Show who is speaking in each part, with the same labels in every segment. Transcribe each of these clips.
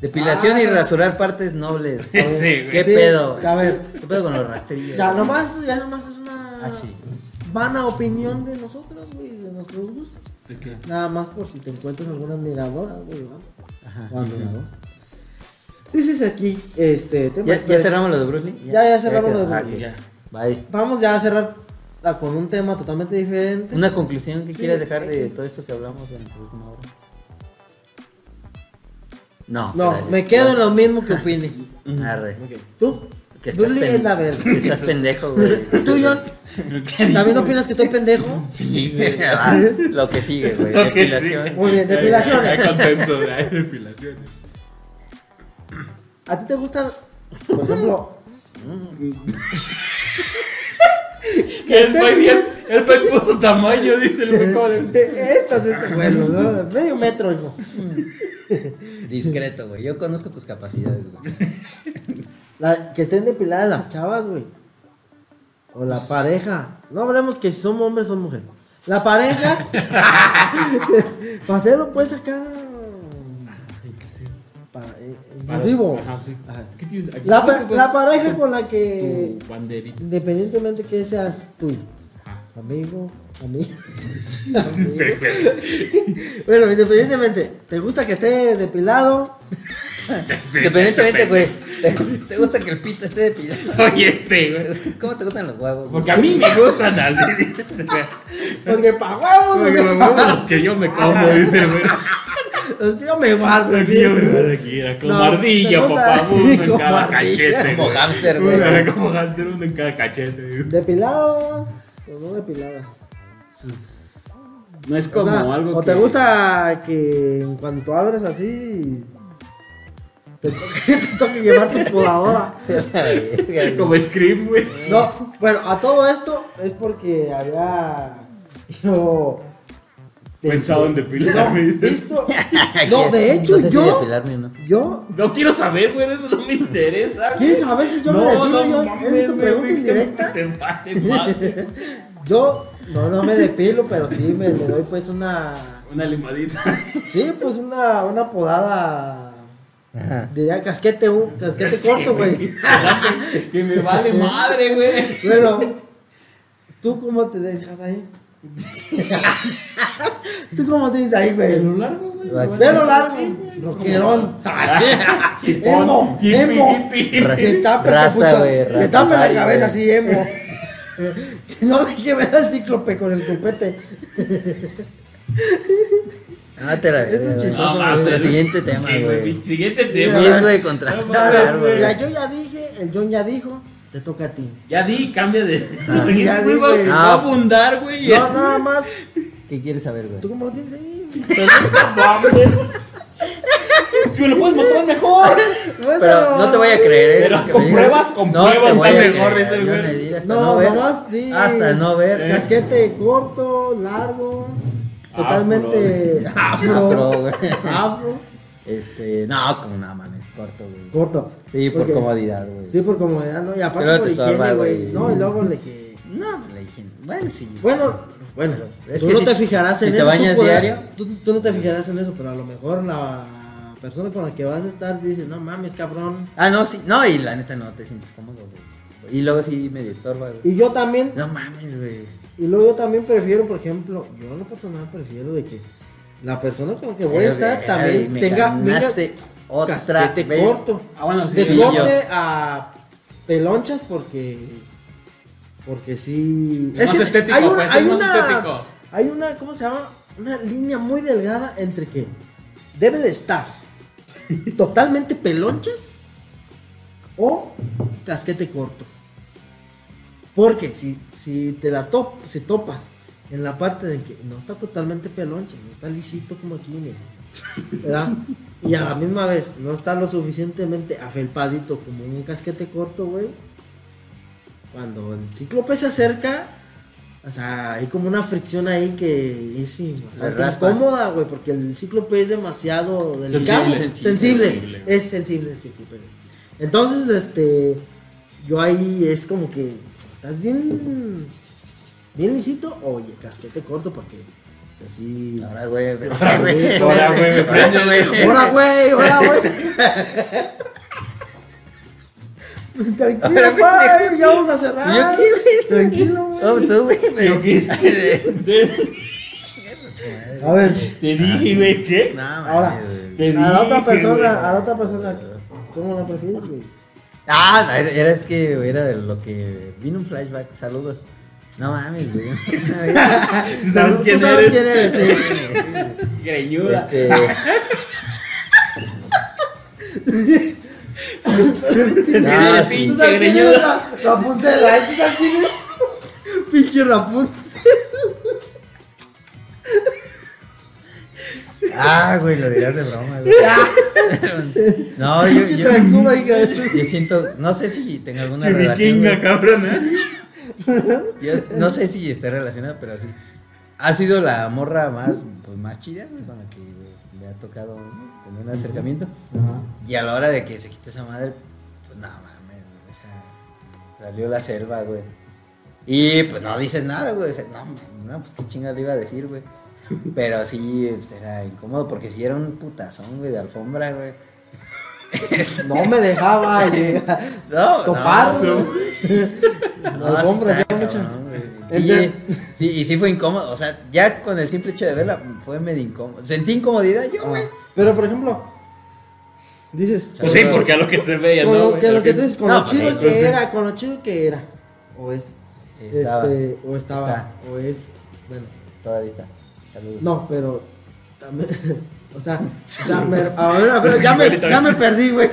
Speaker 1: Depilación
Speaker 2: Ah.
Speaker 1: y rasurar partes nobles.
Speaker 3: Sí, güey.
Speaker 1: ¿Qué
Speaker 2: Sí,
Speaker 1: pedo?
Speaker 2: A ver,
Speaker 1: ¿Qué pedo con los rastrillos? Ah,
Speaker 2: ya
Speaker 1: güey?
Speaker 2: nomás, ya nomás es una
Speaker 1: Así.
Speaker 2: vana opinión de nosotros, güey, de nuestros gustos. Nada más por si te encuentras alguna admiradora, güey, ¿va?
Speaker 1: Ajá.
Speaker 2: O admirador. Dices aquí, este, temas
Speaker 1: ¿Ya, ya
Speaker 2: pres-
Speaker 1: cerramos lo de Bruce Lee?
Speaker 2: Ya, ya cerramos
Speaker 1: quedó.
Speaker 2: lo de
Speaker 1: Ah,
Speaker 2: Bruce
Speaker 1: ok.
Speaker 3: Ya.
Speaker 1: Bye.
Speaker 2: Vamos ya a cerrar ah, con un tema totalmente diferente.
Speaker 1: ¿Una conclusión que
Speaker 2: Sí,
Speaker 1: quieras dejar de
Speaker 2: X.
Speaker 1: todo esto que hablamos en la última hora? No.
Speaker 2: No,
Speaker 1: gracias.
Speaker 2: me quedo en lo mismo que opine.
Speaker 1: Arre.
Speaker 2: ¿Tú?
Speaker 1: Que estás
Speaker 2: Bully
Speaker 1: pen-
Speaker 2: es la verga.
Speaker 1: que estás pendejo, güey.
Speaker 2: ¿Tú, John? ¿También opinas que estoy pendejo?
Speaker 3: Sí, güey.
Speaker 1: Ah, lo que sigue, güey.
Speaker 3: Lo que
Speaker 1: Depilación.
Speaker 3: sigue.
Speaker 2: Muy bien, depilaciones.
Speaker 3: Hay contento, güey, hay depilaciones.
Speaker 2: ¿A ti te gustan, por ejemplo,
Speaker 3: Que el pay bien, el pay puso tamaño, dice el güey, como de-
Speaker 2: estas de este vuelo, ¿no? Medio metro, hijo.
Speaker 1: Discreto, güey. Yo conozco tus capacidades, güey.
Speaker 2: La- que estén depiladas las chavas, güey. O la pareja. No hablemos que si son hombres son mujeres. La pareja. Para hacerlo, pues acá. pa- eh, inclusivo.
Speaker 3: Ajá, sí.
Speaker 2: Ajá.
Speaker 3: ¿Qué tienes? Aquí pues,
Speaker 2: La, pa-
Speaker 3: tienes, güey,
Speaker 2: la pareja con la que.
Speaker 3: Tu banderita.
Speaker 2: Independientemente que seas tú. Amigo, amigo. amigo. bueno, independientemente. ¿Te gusta que esté depilado?
Speaker 1: Independientemente, güey. ¿Te, te gusta que el pito esté depilado?
Speaker 3: Soy este, güey.
Speaker 1: ¿Cómo te gustan los huevos? güey?
Speaker 3: Porque a mí me gustan así. dice.
Speaker 2: Porque pa' huevos,
Speaker 3: Porque
Speaker 2: porque
Speaker 3: me
Speaker 2: pa'
Speaker 3: gustan los que yo me como, dice el güey.
Speaker 2: Los pido me guardo,
Speaker 3: Aquí yo me voy a aquí, era como
Speaker 2: No,
Speaker 3: ardilla,
Speaker 2: me gusta-
Speaker 3: papá, uno en
Speaker 2: como
Speaker 3: cada
Speaker 2: ardilla.
Speaker 3: cachete.
Speaker 1: Como
Speaker 3: güey.
Speaker 1: hámster,
Speaker 3: Uno
Speaker 1: güey.
Speaker 3: era Como hámster, uno en cada cachete. güey.
Speaker 2: ¿Depiladas o no depiladas?
Speaker 3: No es
Speaker 2: O
Speaker 3: como
Speaker 2: sea,
Speaker 3: algo
Speaker 2: ¿O
Speaker 3: que...
Speaker 2: te gusta que en cuanto abres así... Te toque, te toque llevar tu podadora?
Speaker 3: Como Scream, güey.
Speaker 2: No, bueno, a todo esto es porque había... Yo...
Speaker 3: Pensado en depilarme.
Speaker 2: No, visto... No, de hecho,
Speaker 1: no sé si
Speaker 2: yo...
Speaker 1: depilarme o no.
Speaker 2: Yo...
Speaker 3: No quiero saber, güey, eso no me interesa.
Speaker 2: ¿Quieres saber si yo me depilo? yo? ¿Esa es tu pregunta
Speaker 3: güey,
Speaker 2: indirecta?
Speaker 3: Te vale madre.
Speaker 2: Yo no, no me depilo, pero sí me le doy pues una.
Speaker 3: Una limadita.
Speaker 2: Sí, pues una, una podada. Diría casquete, un, casquete corto, güey.
Speaker 3: que me vale madre, güey.
Speaker 2: Bueno, ¿tú cómo te dejas ahí? ¿Tú cómo te dices ahí, güey?
Speaker 3: Pelo largo, güey.
Speaker 2: Pelo largo, roquerón.
Speaker 3: roquerón.
Speaker 2: Emo, emo. Que tape,
Speaker 1: Rasta,
Speaker 2: capucha,
Speaker 1: güey,
Speaker 2: que tape la
Speaker 1: rastafari,
Speaker 2: cabeza
Speaker 1: güey.
Speaker 2: así, emo. Que no deje ver al cíclope con el copete.
Speaker 1: No Ah, te la
Speaker 2: Esto Este es
Speaker 1: güey.
Speaker 2: chistoso, güey.
Speaker 1: Nuestro siguiente tema, güey.
Speaker 3: güey. Siguiente
Speaker 2: tema.
Speaker 3: tema.
Speaker 1: Riesgo de contratar
Speaker 3: No, no,
Speaker 1: árbol,
Speaker 3: güey.
Speaker 2: Mira,
Speaker 1: güey.
Speaker 2: yo ya dije, el John ya dijo, te toca a ti.
Speaker 3: Ya di, cambia de.
Speaker 2: Ah, ya di,
Speaker 3: Güey, va-
Speaker 2: güey. Ah.
Speaker 3: Va a abundar, güey.
Speaker 2: No, nada más.
Speaker 1: ¿Qué quieres saber, güey?
Speaker 2: ¿Tú cómo lo tienes ahí?
Speaker 3: Si me lo puedes mostrar mejor.
Speaker 1: Pero no te voy a creer, ¿eh?
Speaker 3: Pero
Speaker 1: Lo que
Speaker 3: con
Speaker 1: me digas.
Speaker 3: pruebas, con pruebas
Speaker 1: te voy
Speaker 3: está
Speaker 1: a
Speaker 3: mejor,
Speaker 1: creer,
Speaker 3: dice el
Speaker 1: yo
Speaker 3: güey.
Speaker 1: le diré hasta
Speaker 2: No,
Speaker 1: no ver.
Speaker 2: nomás di.
Speaker 1: Hasta no ver.
Speaker 2: Casquete corto, largo, totalmente afro.
Speaker 1: Afro, güey.
Speaker 2: Afro.
Speaker 1: Este, no, como nada, man, es corto, güey.
Speaker 2: Corto.
Speaker 1: Sí, por
Speaker 2: Porque-
Speaker 1: comodidad, güey.
Speaker 2: Sí, por comodidad, ¿no? Y aparte
Speaker 1: Pero te
Speaker 2: por higiene,
Speaker 1: estorba,
Speaker 2: güey.
Speaker 1: güey.
Speaker 2: No, y luego le que.
Speaker 1: No, la higiene. Bueno, sí.
Speaker 2: Bueno, bueno.
Speaker 1: Es
Speaker 2: tú
Speaker 1: que
Speaker 2: no
Speaker 1: si-
Speaker 2: te fijarás
Speaker 1: si
Speaker 2: en
Speaker 1: te
Speaker 2: eso. tú
Speaker 1: bañas
Speaker 2: podrás-
Speaker 1: diario.
Speaker 2: Tú, tú no te fijarás en eso, pero a lo mejor la persona con la que vas a estar dice, no mames, cabrón.
Speaker 1: Ah, no, sí. No, y la neta no te sientes cómodo, güey. Y luego sí medio estorba, güey.
Speaker 2: Y yo también
Speaker 1: No mames, güey.
Speaker 2: Y luego yo también prefiero, por ejemplo, yo en lo personal prefiero de que la persona con la que voy a
Speaker 1: Pero,
Speaker 2: estar
Speaker 1: güey,
Speaker 2: también
Speaker 1: me
Speaker 2: tenga
Speaker 1: ganaste
Speaker 2: mira,
Speaker 1: otra
Speaker 2: casquete
Speaker 1: vez.
Speaker 2: corto.
Speaker 3: Ah, bueno, sí.
Speaker 2: De
Speaker 1: yo.
Speaker 2: corte a pelonchas porque porque sí
Speaker 3: Es más estético,
Speaker 2: hay, un-
Speaker 3: pues, es
Speaker 2: hay
Speaker 3: más
Speaker 2: una
Speaker 3: estético.
Speaker 2: hay una ¿cómo se llama? Una línea muy delgada entre que debe de estar totalmente pelonchas o casquete corto. Porque si, si te la top, si topas en la parte de que no está totalmente peloncha, no está lisito como aquí, mira, ¿verdad? Y a la misma vez no está lo suficientemente afelpadito como un casquete corto, güey. Cuando el cíclope se acerca, o sea, hay como una fricción ahí que es bastante
Speaker 1: raspa.
Speaker 2: incómoda, güey, porque el cíclope es demasiado delicado,
Speaker 3: Sensible,
Speaker 2: sensible,
Speaker 3: sensible, sensible.
Speaker 2: es sensible el cíclope. Entonces, este, yo ahí es como que, ¿estás bien, bien lisito? Oye, casquete corto porque este, Así.
Speaker 1: Ahora, güey, güey.
Speaker 3: Ahora, güey, ahora, güey, me prende.
Speaker 2: ¡Hola, güey! ¡Hola, güey! Tranquilo,
Speaker 1: Ahora,
Speaker 2: güey,
Speaker 1: pendejo.
Speaker 2: ya vamos a
Speaker 1: ¿Y yo
Speaker 2: cerrar.
Speaker 1: qué, güey?
Speaker 2: Tranquilo, güey.
Speaker 1: No, pues tú, güey. me-
Speaker 3: Yo qué-
Speaker 1: Así de-
Speaker 3: Te
Speaker 2: A ver,
Speaker 3: te dije, güey, ¿qué?
Speaker 1: No, mames,
Speaker 2: Ahora.
Speaker 1: güey.
Speaker 3: Te
Speaker 2: a la otra
Speaker 3: dije, güey.
Speaker 2: persona, a la otra persona, ¿cómo la prefieres, güey?
Speaker 1: Ah, no, era, era- es que güey, era de lo que vino un flashback. Saludos. No mames, güey.
Speaker 3: ¿Tú sabes
Speaker 2: ¿Tú
Speaker 3: quién
Speaker 2: sabes
Speaker 3: eres?
Speaker 2: quién eres, sí.
Speaker 3: Greñuda.
Speaker 1: Este.
Speaker 3: Ah,
Speaker 1: no,
Speaker 3: sí.
Speaker 1: Ah, sí.
Speaker 2: ¿Tú sabes quién es la Rapunzel? ¿Tú sabes quién es? Pinche Rapunzel.
Speaker 1: Ah, güey, lo dirás de broma, güey. No, yo,
Speaker 2: Pinche
Speaker 1: yo,
Speaker 2: tranzuda, hija de tu-
Speaker 1: yo siento, no sé si tengo alguna relación.
Speaker 3: Churiquinga,
Speaker 1: güey.
Speaker 3: cabrón, ¿eh?
Speaker 1: Yo s- no sé si esté relacionada, pero sí. Ha sido la morra más, pues, más chida, güey, con la que me ha tocado ¿no? tener un acercamiento. Y a la hora de que se quite esa madre, pues no mames, güey, o sea, salió la selva, güey. Y pues no dices nada, güey, o sea, no, no, pues qué chinga le iba a decir, güey. Pero sí, pues, era incómodo, porque si era un putazón, güey, de alfombra, güey. Este,
Speaker 2: No me dejaba llegar.
Speaker 1: no,
Speaker 2: Topar,
Speaker 1: no,
Speaker 2: güey.
Speaker 1: no,
Speaker 2: Las
Speaker 1: sí
Speaker 2: alfombras
Speaker 1: está
Speaker 2: hacían
Speaker 1: cabrón, güey. Sí,
Speaker 2: Entonces-
Speaker 1: sí, y sí fue incómodo, o sea, ya con el simple hecho de verla, fue medio incómodo. Sentí incomodidad yo, güey.
Speaker 2: Ah, Pero, por ejemplo, dices.
Speaker 3: Pues sí, porque a lo que se veía,
Speaker 2: con
Speaker 3: ¿no?
Speaker 2: lo
Speaker 3: güey?
Speaker 2: que, lo que tú
Speaker 3: Porque-
Speaker 2: dices, con
Speaker 1: No,
Speaker 2: lo
Speaker 1: pues
Speaker 2: chido
Speaker 1: sí,
Speaker 2: que
Speaker 1: pues sí.
Speaker 2: era, con lo chido que era. O es.
Speaker 1: Estaba,
Speaker 2: Este, o estaba.
Speaker 1: Está.
Speaker 2: O es. Bueno,
Speaker 1: todavía está. Saludos.
Speaker 2: no, pero. también- O sea, o sea, me- a ver, a ver, ya, me, ya me perdí, güey.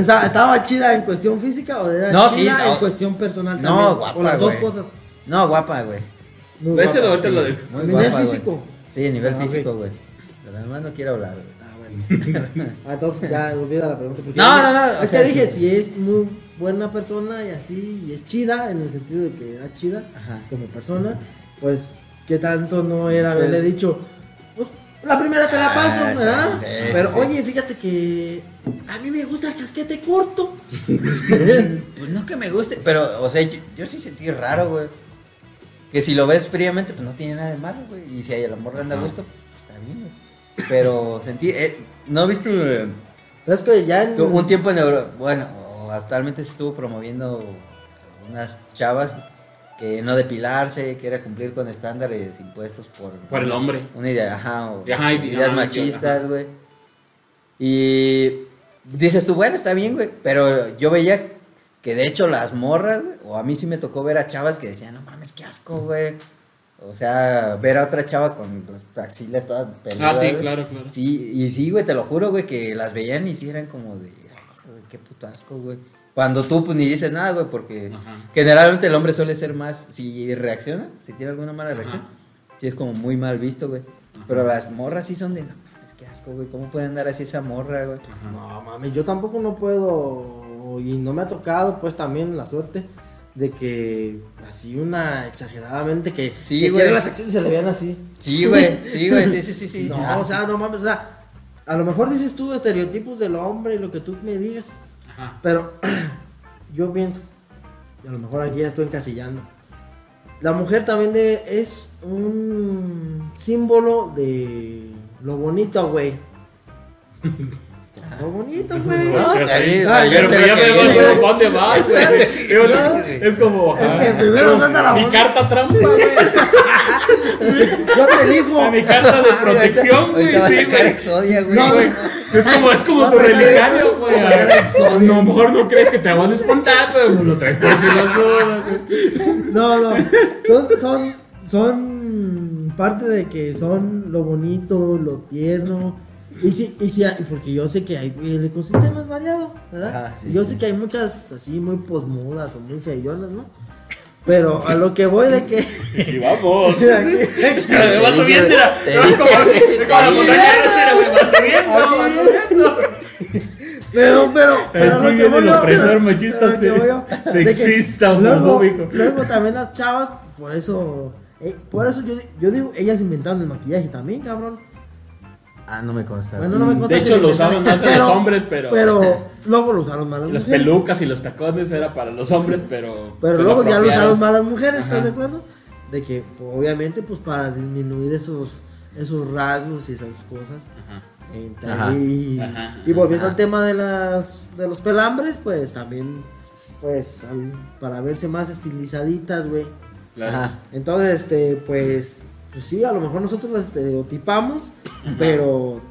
Speaker 2: O sea, ¿estaba chida en cuestión física o era
Speaker 1: No, sí,
Speaker 2: chida
Speaker 1: no.
Speaker 2: en cuestión personal
Speaker 1: No,
Speaker 2: también?
Speaker 1: guapa,
Speaker 2: o las dos
Speaker 1: güey.
Speaker 2: cosas.
Speaker 1: No, guapa, güey.
Speaker 2: Muy
Speaker 3: Ese
Speaker 2: guapa.
Speaker 3: lo- ese lo de.
Speaker 1: Muy
Speaker 2: ¿Nivel
Speaker 1: guapa, güey.
Speaker 2: físico?
Speaker 1: Sí, a nivel
Speaker 2: Ah, ok.
Speaker 1: físico, güey. Pero además no quiero hablar, güey.
Speaker 2: Ah, bueno. Ah, Entonces ya olvida la pregunta. porque-
Speaker 1: No, no, no, o
Speaker 2: Es
Speaker 1: sea,
Speaker 2: que dije, si es muy buena persona y así, y es chida, en el sentido de que era chida
Speaker 1: Ajá.
Speaker 2: como persona, pues, ¿qué tanto no era haberle
Speaker 1: Pues-
Speaker 2: dicho? Pues, la primera te la
Speaker 1: Ah,
Speaker 2: paso,
Speaker 1: sí,
Speaker 2: ¿verdad?
Speaker 1: sí,
Speaker 2: Pero,
Speaker 1: sí, sí.
Speaker 2: oye, fíjate que a mí me gusta el casquete corto.
Speaker 1: Pues no que me guste, pero, o sea, yo, yo sí sentí raro, güey. Que si lo ves fríamente, pues no tiene nada de malo, güey. Y si a la morra anda a gusto, pues está bien, güey. Pero sentí, eh, ¿no viste
Speaker 2: Mm.
Speaker 1: eh,
Speaker 2: Es que ya en-
Speaker 1: que un tiempo en Europa? Bueno, o actualmente se estuvo promoviendo unas chavas que no depilarse, que era cumplir con estándares impuestos por...
Speaker 3: Por el hombre.
Speaker 1: Una idea, ajá, o
Speaker 3: Ajá,
Speaker 1: este,
Speaker 3: y-
Speaker 1: ideas
Speaker 3: ajá,
Speaker 1: machistas, güey. Y dices tú, bueno, está bien, güey, pero yo veía que de hecho las morras, güey, o a mí sí me tocó ver a chavas que decían, no mames, qué asco, güey. O sea, ver a otra chava con las axilas todas
Speaker 3: Ah,
Speaker 1: peludas.
Speaker 3: sí,
Speaker 1: güey.
Speaker 3: claro, claro.
Speaker 1: Sí, y sí, güey, te lo juro, güey, que las veían y sí eran como de, "Ay, güey, qué puto asco, güey. Cuando tú, pues, ni dices nada, güey, porque
Speaker 3: Ajá.
Speaker 1: generalmente el hombre suele ser más, si reacciona, si tiene alguna mala
Speaker 3: Ajá.
Speaker 1: reacción, sí es como muy mal visto, güey. Pero las morras sí son de, no mames, qué asco, güey, ¿cómo puede andar así esa morra, güey?
Speaker 3: Ajá.
Speaker 2: No, mami, yo tampoco no puedo y no me ha tocado pues también la suerte de que así una exageradamente que,
Speaker 1: Sí,
Speaker 2: que
Speaker 1: güey.
Speaker 2: cierre las acciones y se le vean así.
Speaker 1: Sí, güey, sí, güey, sí, sí, sí, sí.
Speaker 2: no,
Speaker 1: Ah,
Speaker 2: o sea, no mames, o sea, a lo mejor dices tú estereotipos del hombre y lo que tú me digas,
Speaker 3: Ajá.
Speaker 2: pero yo pienso, y a lo mejor aquí ya estoy encasillando. La mujer también de- es un símbolo de lo bonito, güey. Lo bonito, güey.
Speaker 1: No, está bien,
Speaker 2: Ah,
Speaker 1: güey, yo
Speaker 3: Pero
Speaker 1: sé
Speaker 3: pues
Speaker 1: lo
Speaker 3: ya
Speaker 1: que
Speaker 3: me vas,
Speaker 1: viene,
Speaker 3: güey,
Speaker 1: güey.
Speaker 3: ¿pa' dónde vas, güey? Digo, Es como. ajá.
Speaker 2: Es que primero manda la
Speaker 3: Mi
Speaker 2: voz.
Speaker 3: carta trampa, güey.
Speaker 2: Yo te elijo.
Speaker 3: Mi carta de
Speaker 1: Ah, güey, ahorita-
Speaker 3: protección, güey.
Speaker 1: Ahorita va a
Speaker 3: sí,
Speaker 1: sacar
Speaker 3: güey.
Speaker 1: Exodia, güey.
Speaker 3: No, güey. Es como, es como
Speaker 2: No,
Speaker 3: tu
Speaker 2: pero-
Speaker 3: relicario, güey.
Speaker 2: Pero-
Speaker 3: A lo mejor no crees que te vas a espantar, pero pues lo traes por si las dudas, güey.
Speaker 2: No, no. Son, son, son parte de que son lo bonito, lo tierno. Y sí, y sí, ah, porque yo sé que hay, el ecosistema es variado, ¿verdad?
Speaker 1: Ajá, sí,
Speaker 2: yo
Speaker 1: sí.
Speaker 2: sé que hay muchas así muy posmudas o muy feyonas, ¿no? Pero a lo que voy de que.
Speaker 3: Y vamos.
Speaker 1: Te
Speaker 3: Me va
Speaker 1: dije,
Speaker 3: subiendo, mira.
Speaker 1: te
Speaker 3: Es como,
Speaker 1: dije,
Speaker 3: es como la
Speaker 1: te
Speaker 3: montaña
Speaker 2: dije.
Speaker 3: rusa, güey. Va subiendo, va
Speaker 2: Así
Speaker 3: subiendo.
Speaker 2: Pero, pero, pero a
Speaker 3: Aquí
Speaker 2: lo que
Speaker 3: viene
Speaker 2: voy
Speaker 3: el
Speaker 2: yo,
Speaker 3: opresor
Speaker 2: pero-
Speaker 3: machista,
Speaker 2: pero a lo que
Speaker 3: se-
Speaker 2: voy yo, de que
Speaker 3: sexista,
Speaker 2: luego,
Speaker 3: homofóbico.
Speaker 2: luego también las chavas, por eso, eh, por eso yo, di- yo digo, ellas inventaron el maquillaje también, cabrón.
Speaker 1: Ah, no me consta.
Speaker 2: Bueno, no me consta
Speaker 3: De
Speaker 2: si
Speaker 3: hecho, lo
Speaker 2: inventaron-
Speaker 3: usaban más en los hombres, pero.
Speaker 2: Pero luego lo usaron mal las
Speaker 3: Las
Speaker 2: mujeres.
Speaker 3: pelucas y los tacones era para los hombres, pero.
Speaker 2: Pero
Speaker 3: se
Speaker 2: luego ya lo
Speaker 3: apropiaron.
Speaker 2: usaron mal las mujeres, ¿estás
Speaker 3: Ajá.
Speaker 2: de acuerdo? De que, pues, obviamente, pues para disminuir esos esos rasgos y esas cosas.
Speaker 3: Ajá.
Speaker 2: Entonces,
Speaker 1: Ajá.
Speaker 2: Y,
Speaker 3: Ajá.
Speaker 2: y volviendo
Speaker 1: Ajá.
Speaker 2: al tema de las de los pelambres, pues también pues al- para verse más estilizaditas, güey.
Speaker 3: Claro.
Speaker 1: Ajá.
Speaker 2: Entonces, este, pues, pues sí, a lo mejor nosotros las estereotipamos, pero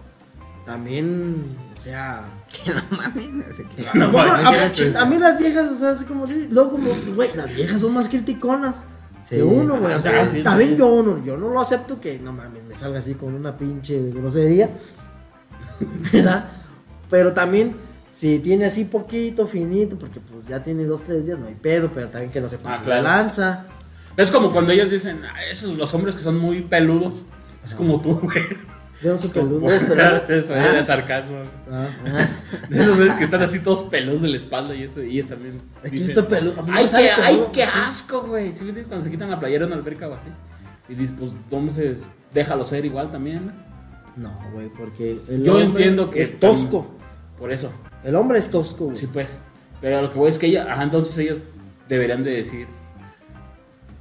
Speaker 2: también, o sea,
Speaker 1: No mames, no sé qué.
Speaker 3: Ah, No pues,
Speaker 2: Bueno,
Speaker 3: manches,
Speaker 2: a,
Speaker 1: quédate.
Speaker 2: a mí las viejas, o sea, es como, sí, luego como, güey, las viejas son más criticonas
Speaker 1: Sí.
Speaker 2: que uno, güey. O
Speaker 3: Ah,
Speaker 2: sea,
Speaker 3: sí, sí,
Speaker 2: también
Speaker 3: sí.
Speaker 2: yo no, yo no lo acepto que, no mames, me salga así con una pinche grosería, ¿verdad? Pero también, si tiene así poquito, finito, porque pues ya tiene dos, tres días, no hay pedo, pero también que no se pase
Speaker 3: Ah, claro.
Speaker 2: la lanza.
Speaker 3: Es como cuando ellos dicen, "Ah, esos los hombres que son muy peludos. Es como tú, güey.
Speaker 2: Yo no soy peludo.
Speaker 3: pues.
Speaker 1: Eres peludo.
Speaker 3: Era sarcasmo.
Speaker 2: Ah.
Speaker 3: De esos güeyes que están así todos peludos de la espalda y eso. Y ellos también.
Speaker 2: Aquí
Speaker 3: dicen,
Speaker 2: estoy peludo. a mí me
Speaker 3: Ay,
Speaker 2: sale
Speaker 3: qué, ay,
Speaker 2: peludo.
Speaker 3: qué asco, güey. Si ves cuando se quitan la playera en una alberca o así. Y dices, pues entonces, déjalo ser igual también. ¿no?
Speaker 2: No, güey, porque el
Speaker 3: Yo
Speaker 2: hombre
Speaker 3: entiendo que
Speaker 2: es tosco.
Speaker 3: Por eso.
Speaker 2: El hombre es tosco, güey.
Speaker 3: Sí, pues. Pero a lo que voy es que ella, ajá, entonces ellos deberían de decir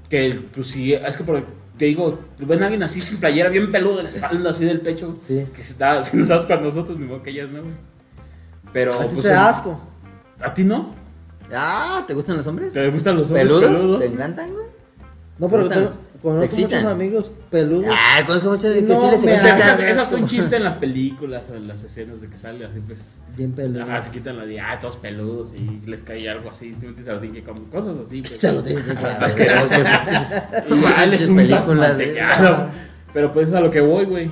Speaker 3: que, el- pues sí, es que por, te digo, ven a alguien así sin playera, bien peludo de la espalda, así del pecho.
Speaker 2: Sí.
Speaker 3: Que se da, si nos das para nosotros, ni modo que ellas no, güey. Pero,
Speaker 2: A ti
Speaker 3: pues.
Speaker 2: te
Speaker 3: el-
Speaker 2: da asco.
Speaker 3: ¿A ti no?
Speaker 1: Ah, ¿te gustan los hombres?
Speaker 3: ¿Te gustan los hombres
Speaker 1: ¿Peludos?
Speaker 3: peludos?
Speaker 1: ¿Te encantan, güey?
Speaker 2: No, pero
Speaker 1: gustan
Speaker 2: tengo,
Speaker 1: los- te
Speaker 2: conozco
Speaker 1: excitan.
Speaker 2: muchos amigos peludos.
Speaker 1: Ah, conozco muchos de que
Speaker 2: No
Speaker 1: sí les
Speaker 2: me
Speaker 3: O sea,
Speaker 1: encanta.
Speaker 2: hagas.
Speaker 3: es, es hasta un chiste en las películas o en las escenas de que sale así, pues.
Speaker 2: Bien peludos.
Speaker 3: Ajá, se quitan la de, ah, todos peludos y les cae algo así, se meten saludín que como cosas así. Pues,
Speaker 2: Se lo dije,
Speaker 1: Ah,
Speaker 2: güey.
Speaker 3: Asqueroso, güey. Igual es un
Speaker 1: Película
Speaker 3: tazo
Speaker 1: de-
Speaker 3: mantecado. Pero pues es a lo que voy, güey.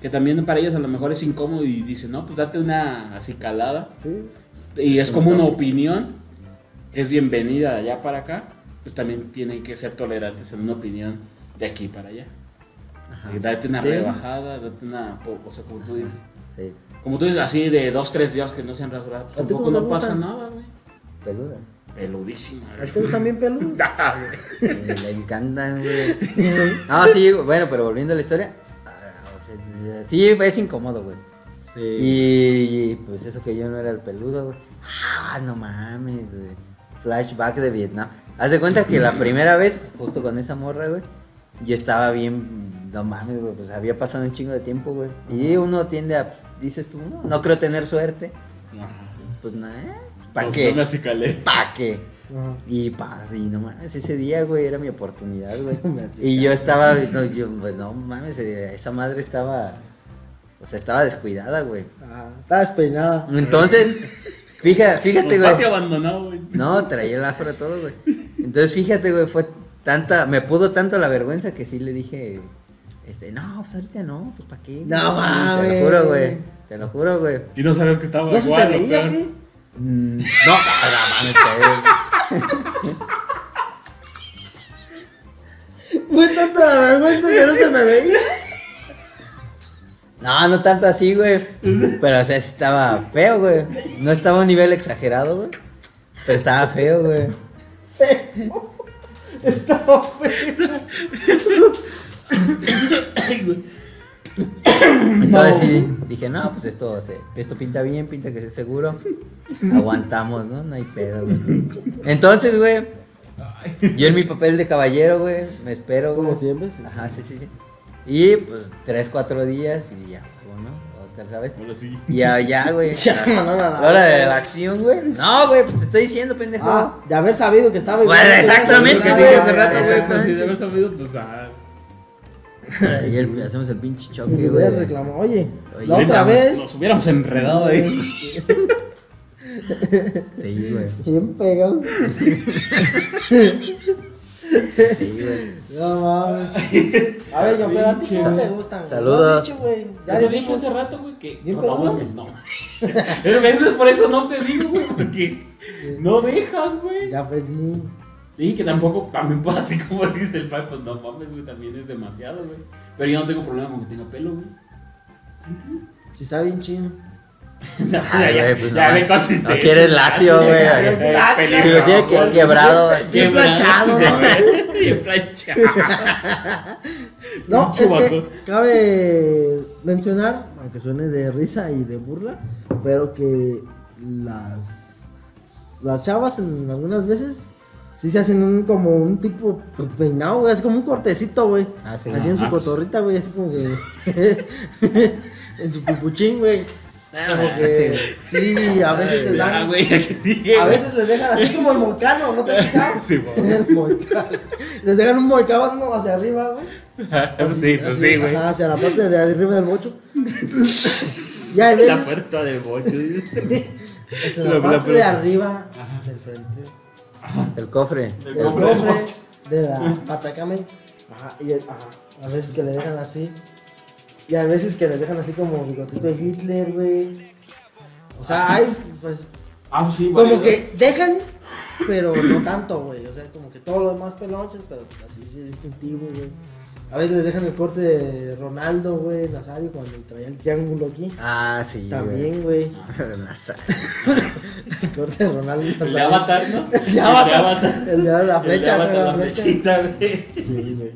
Speaker 3: Que también para ellos a lo mejor es incómodo y dicen, no, pues date una acicalada.
Speaker 2: Sí.
Speaker 3: Y es como una opinión que es bienvenida de allá para acá. Pues también tienen que ser tolerantes en una opinión de aquí para allá.
Speaker 1: Ajá.
Speaker 3: Y date una
Speaker 1: Sí.
Speaker 3: rebajada, date una. po- O sea, como tú dices.
Speaker 1: Sí,
Speaker 3: Como tú dices, así de dos, tres días que no se han rasurado, pues
Speaker 2: ¿A ti
Speaker 3: tampoco
Speaker 2: cómo te
Speaker 3: no pasa
Speaker 2: gustan?
Speaker 3: nada, güey.
Speaker 1: peludas.
Speaker 3: Peludísima,
Speaker 2: ¿A
Speaker 3: güey.
Speaker 2: ti te gustan bien peludos?
Speaker 1: Eh, le encantan, güey. Ah, sí, bueno, pero volviendo a la historia. ah, o sea, Sí, es incómodo, güey.
Speaker 2: Sí.
Speaker 1: Y, y, pues eso que yo no era el peludo, güey. Ah, no mames, güey. Flashback de Vietnam. Haz de cuenta que la primera vez, justo con esa morra, güey, yo estaba bien. No mames, güey, pues había pasado un chingo de tiempo, güey. Y uno tiende a, pues, dices tú, no, no creo tener suerte. Pues nada, ¿para
Speaker 3: No me
Speaker 1: qué?
Speaker 3: acicalé.
Speaker 1: ¿Para qué?
Speaker 2: Ajá.
Speaker 1: Y paz, y no mames, ese día, güey, era mi oportunidad, güey.
Speaker 2: Me hacía
Speaker 1: y yo estaba, no, yo, pues no mames, eh, esa madre estaba, o sea, estaba descuidada, güey.
Speaker 2: Ah, Está despeinada.
Speaker 1: Entonces, fija- fíjate,
Speaker 3: Como patio
Speaker 1: güey.
Speaker 3: abandonado, güey.
Speaker 1: No, traía el afro todo, güey. Entonces, fíjate, güey, fue tanta, me pudo tanto la vergüenza que sí le dije, este, no, pues ahorita no, pues para qué.
Speaker 2: No
Speaker 1: güey? Te
Speaker 2: mames.
Speaker 1: lo juro, güey, te lo juro, güey.
Speaker 3: Y no sabías que estaba
Speaker 2: ¿No se te
Speaker 3: guarro,
Speaker 2: veía,
Speaker 3: peor.
Speaker 2: qué?
Speaker 1: Mm, No, no mames, güey.
Speaker 2: Fue tanta la vergüenza que no se me veía.
Speaker 1: No, no tanto así, güey. Pero, o sea, sí estaba feo, güey. No estaba a un nivel exagerado, güey. Pero estaba feo, güey.
Speaker 2: Estaba feo.
Speaker 1: Entonces
Speaker 2: No.
Speaker 1: sí dije, no, pues esto, se- esto pinta bien, pinta que sea seguro. Aguantamos, ¿no? No hay pedo, güey. Entonces, güey, yo en mi papel de caballero, güey, me espero, güey.
Speaker 2: Como siempre, sí, sí.
Speaker 1: Ajá, sí, sí, sí. Y pues tres, cuatro días y ya, güey, ¿no? Otra, ¿sabes?
Speaker 3: Ahora sí.
Speaker 1: Y ya, ya, güey.
Speaker 2: Ya se mandaron a la-
Speaker 1: Hora de la acción, güey. No, güey, pues te estoy diciendo, pendejo.
Speaker 2: Ah, de haber sabido que estaba
Speaker 1: Bueno,
Speaker 2: igual,
Speaker 1: exactamente,
Speaker 3: Lo que
Speaker 2: no se
Speaker 3: dije
Speaker 2: veía
Speaker 3: hace
Speaker 2: nada,
Speaker 3: rato,
Speaker 2: güey.
Speaker 3: güey, pues,
Speaker 1: exactamente.
Speaker 3: si de haber sabido, pues, ah,
Speaker 1: Y el- hacemos el pinche
Speaker 2: Y
Speaker 1: choque,
Speaker 2: le
Speaker 1: güey.
Speaker 2: hubiera reclamado, Oye,
Speaker 1: Oye,
Speaker 2: la otra
Speaker 1: neta,
Speaker 2: vez,
Speaker 3: Nos hubiéramos enredado ahí.
Speaker 1: Sí, güey.
Speaker 2: bien pegados.
Speaker 1: Sí, güey.
Speaker 2: No mames. A ver, yo, pero a ti cómo te gustan. güey?
Speaker 1: Saludos.
Speaker 2: Lo has dicho, güey.
Speaker 3: Ya
Speaker 2: Ya
Speaker 3: te
Speaker 2: lo
Speaker 3: dije
Speaker 2: dijimos.
Speaker 3: hace rato, güey, que.
Speaker 2: Bien,
Speaker 3: No,
Speaker 2: perdón.
Speaker 3: güey, no. Pero ves, por eso no te digo, güey, porque. No dejas, güey.
Speaker 2: Ya pues sí.
Speaker 3: Y que tampoco, también pues, así como dice el pai, pues no mames, güey, también es demasiado, güey. Pero yo no tengo problema con que tenga pelo, güey.
Speaker 2: Si está bien chido.
Speaker 1: Ay, güey, pues,
Speaker 3: ya
Speaker 1: no.
Speaker 3: ve consistencia.
Speaker 1: No quieres lacio, güey.
Speaker 2: Eh,
Speaker 3: Lacio.
Speaker 1: Si lo tiene que- quebrado. así.
Speaker 2: Bien planchado,
Speaker 3: ¿no? Bien planchado.
Speaker 2: No,
Speaker 3: Un
Speaker 2: es
Speaker 3: chubaco.
Speaker 2: que cabe mencionar, aunque suene de risa y de burla, pero que las las chavas en algunas veces Sí se hacen un como un tipo pues, peinado, güey, así como un cortecito, güey.
Speaker 4: Ah, sí.
Speaker 2: así en su
Speaker 3: Ah, pues.
Speaker 2: cotorrita, güey, así como que en su pupuchín, güey. Como que sí, a veces les
Speaker 3: Ah,
Speaker 2: dan
Speaker 3: güey, aquí sigue.
Speaker 2: a
Speaker 3: güey.
Speaker 2: veces les dejan así como el moicano, ¿no te has fijado?
Speaker 3: Sí, güey.
Speaker 2: El moicano. Les dejan un moicano hacia arriba, güey.
Speaker 3: Pues sí, pues sí, güey.
Speaker 2: Ajá, hacia la parte de arriba del mocho. ya hay
Speaker 3: La
Speaker 2: veces.
Speaker 3: puerta del bocho.
Speaker 2: hacia
Speaker 3: la-
Speaker 2: la
Speaker 3: la
Speaker 2: parte de
Speaker 3: puerta.
Speaker 2: arriba del frente.
Speaker 4: El cofre.
Speaker 3: El
Speaker 2: del
Speaker 3: cofre.
Speaker 2: cofre de la Atacame. Ajá, y el- ajá, a veces que le dejan así. Y a veces que le dejan así como bigotito de Hitler, güey. O sea, hay, pues,
Speaker 3: Ah, sí, güey.
Speaker 2: como que dejan, pero no tanto, güey. O sea, como que todo lo demás pelonches, pero así sí es distintivo, güey. A veces les dejan el corte de Ronaldo, güey, Nazario, cuando traía el triángulo aquí.
Speaker 4: Ah, sí.
Speaker 2: También, güey.
Speaker 4: güey. La sal.
Speaker 2: El corte de Ronaldo y
Speaker 3: El de
Speaker 2: Nazario.
Speaker 3: Avatar, ¿no?
Speaker 2: El de Avatar.
Speaker 3: El de Avatar.
Speaker 2: El de la
Speaker 3: El de
Speaker 2: flecha,
Speaker 3: Avatar,
Speaker 2: ¿no?
Speaker 3: la flechita, güey.
Speaker 2: Sí, güey.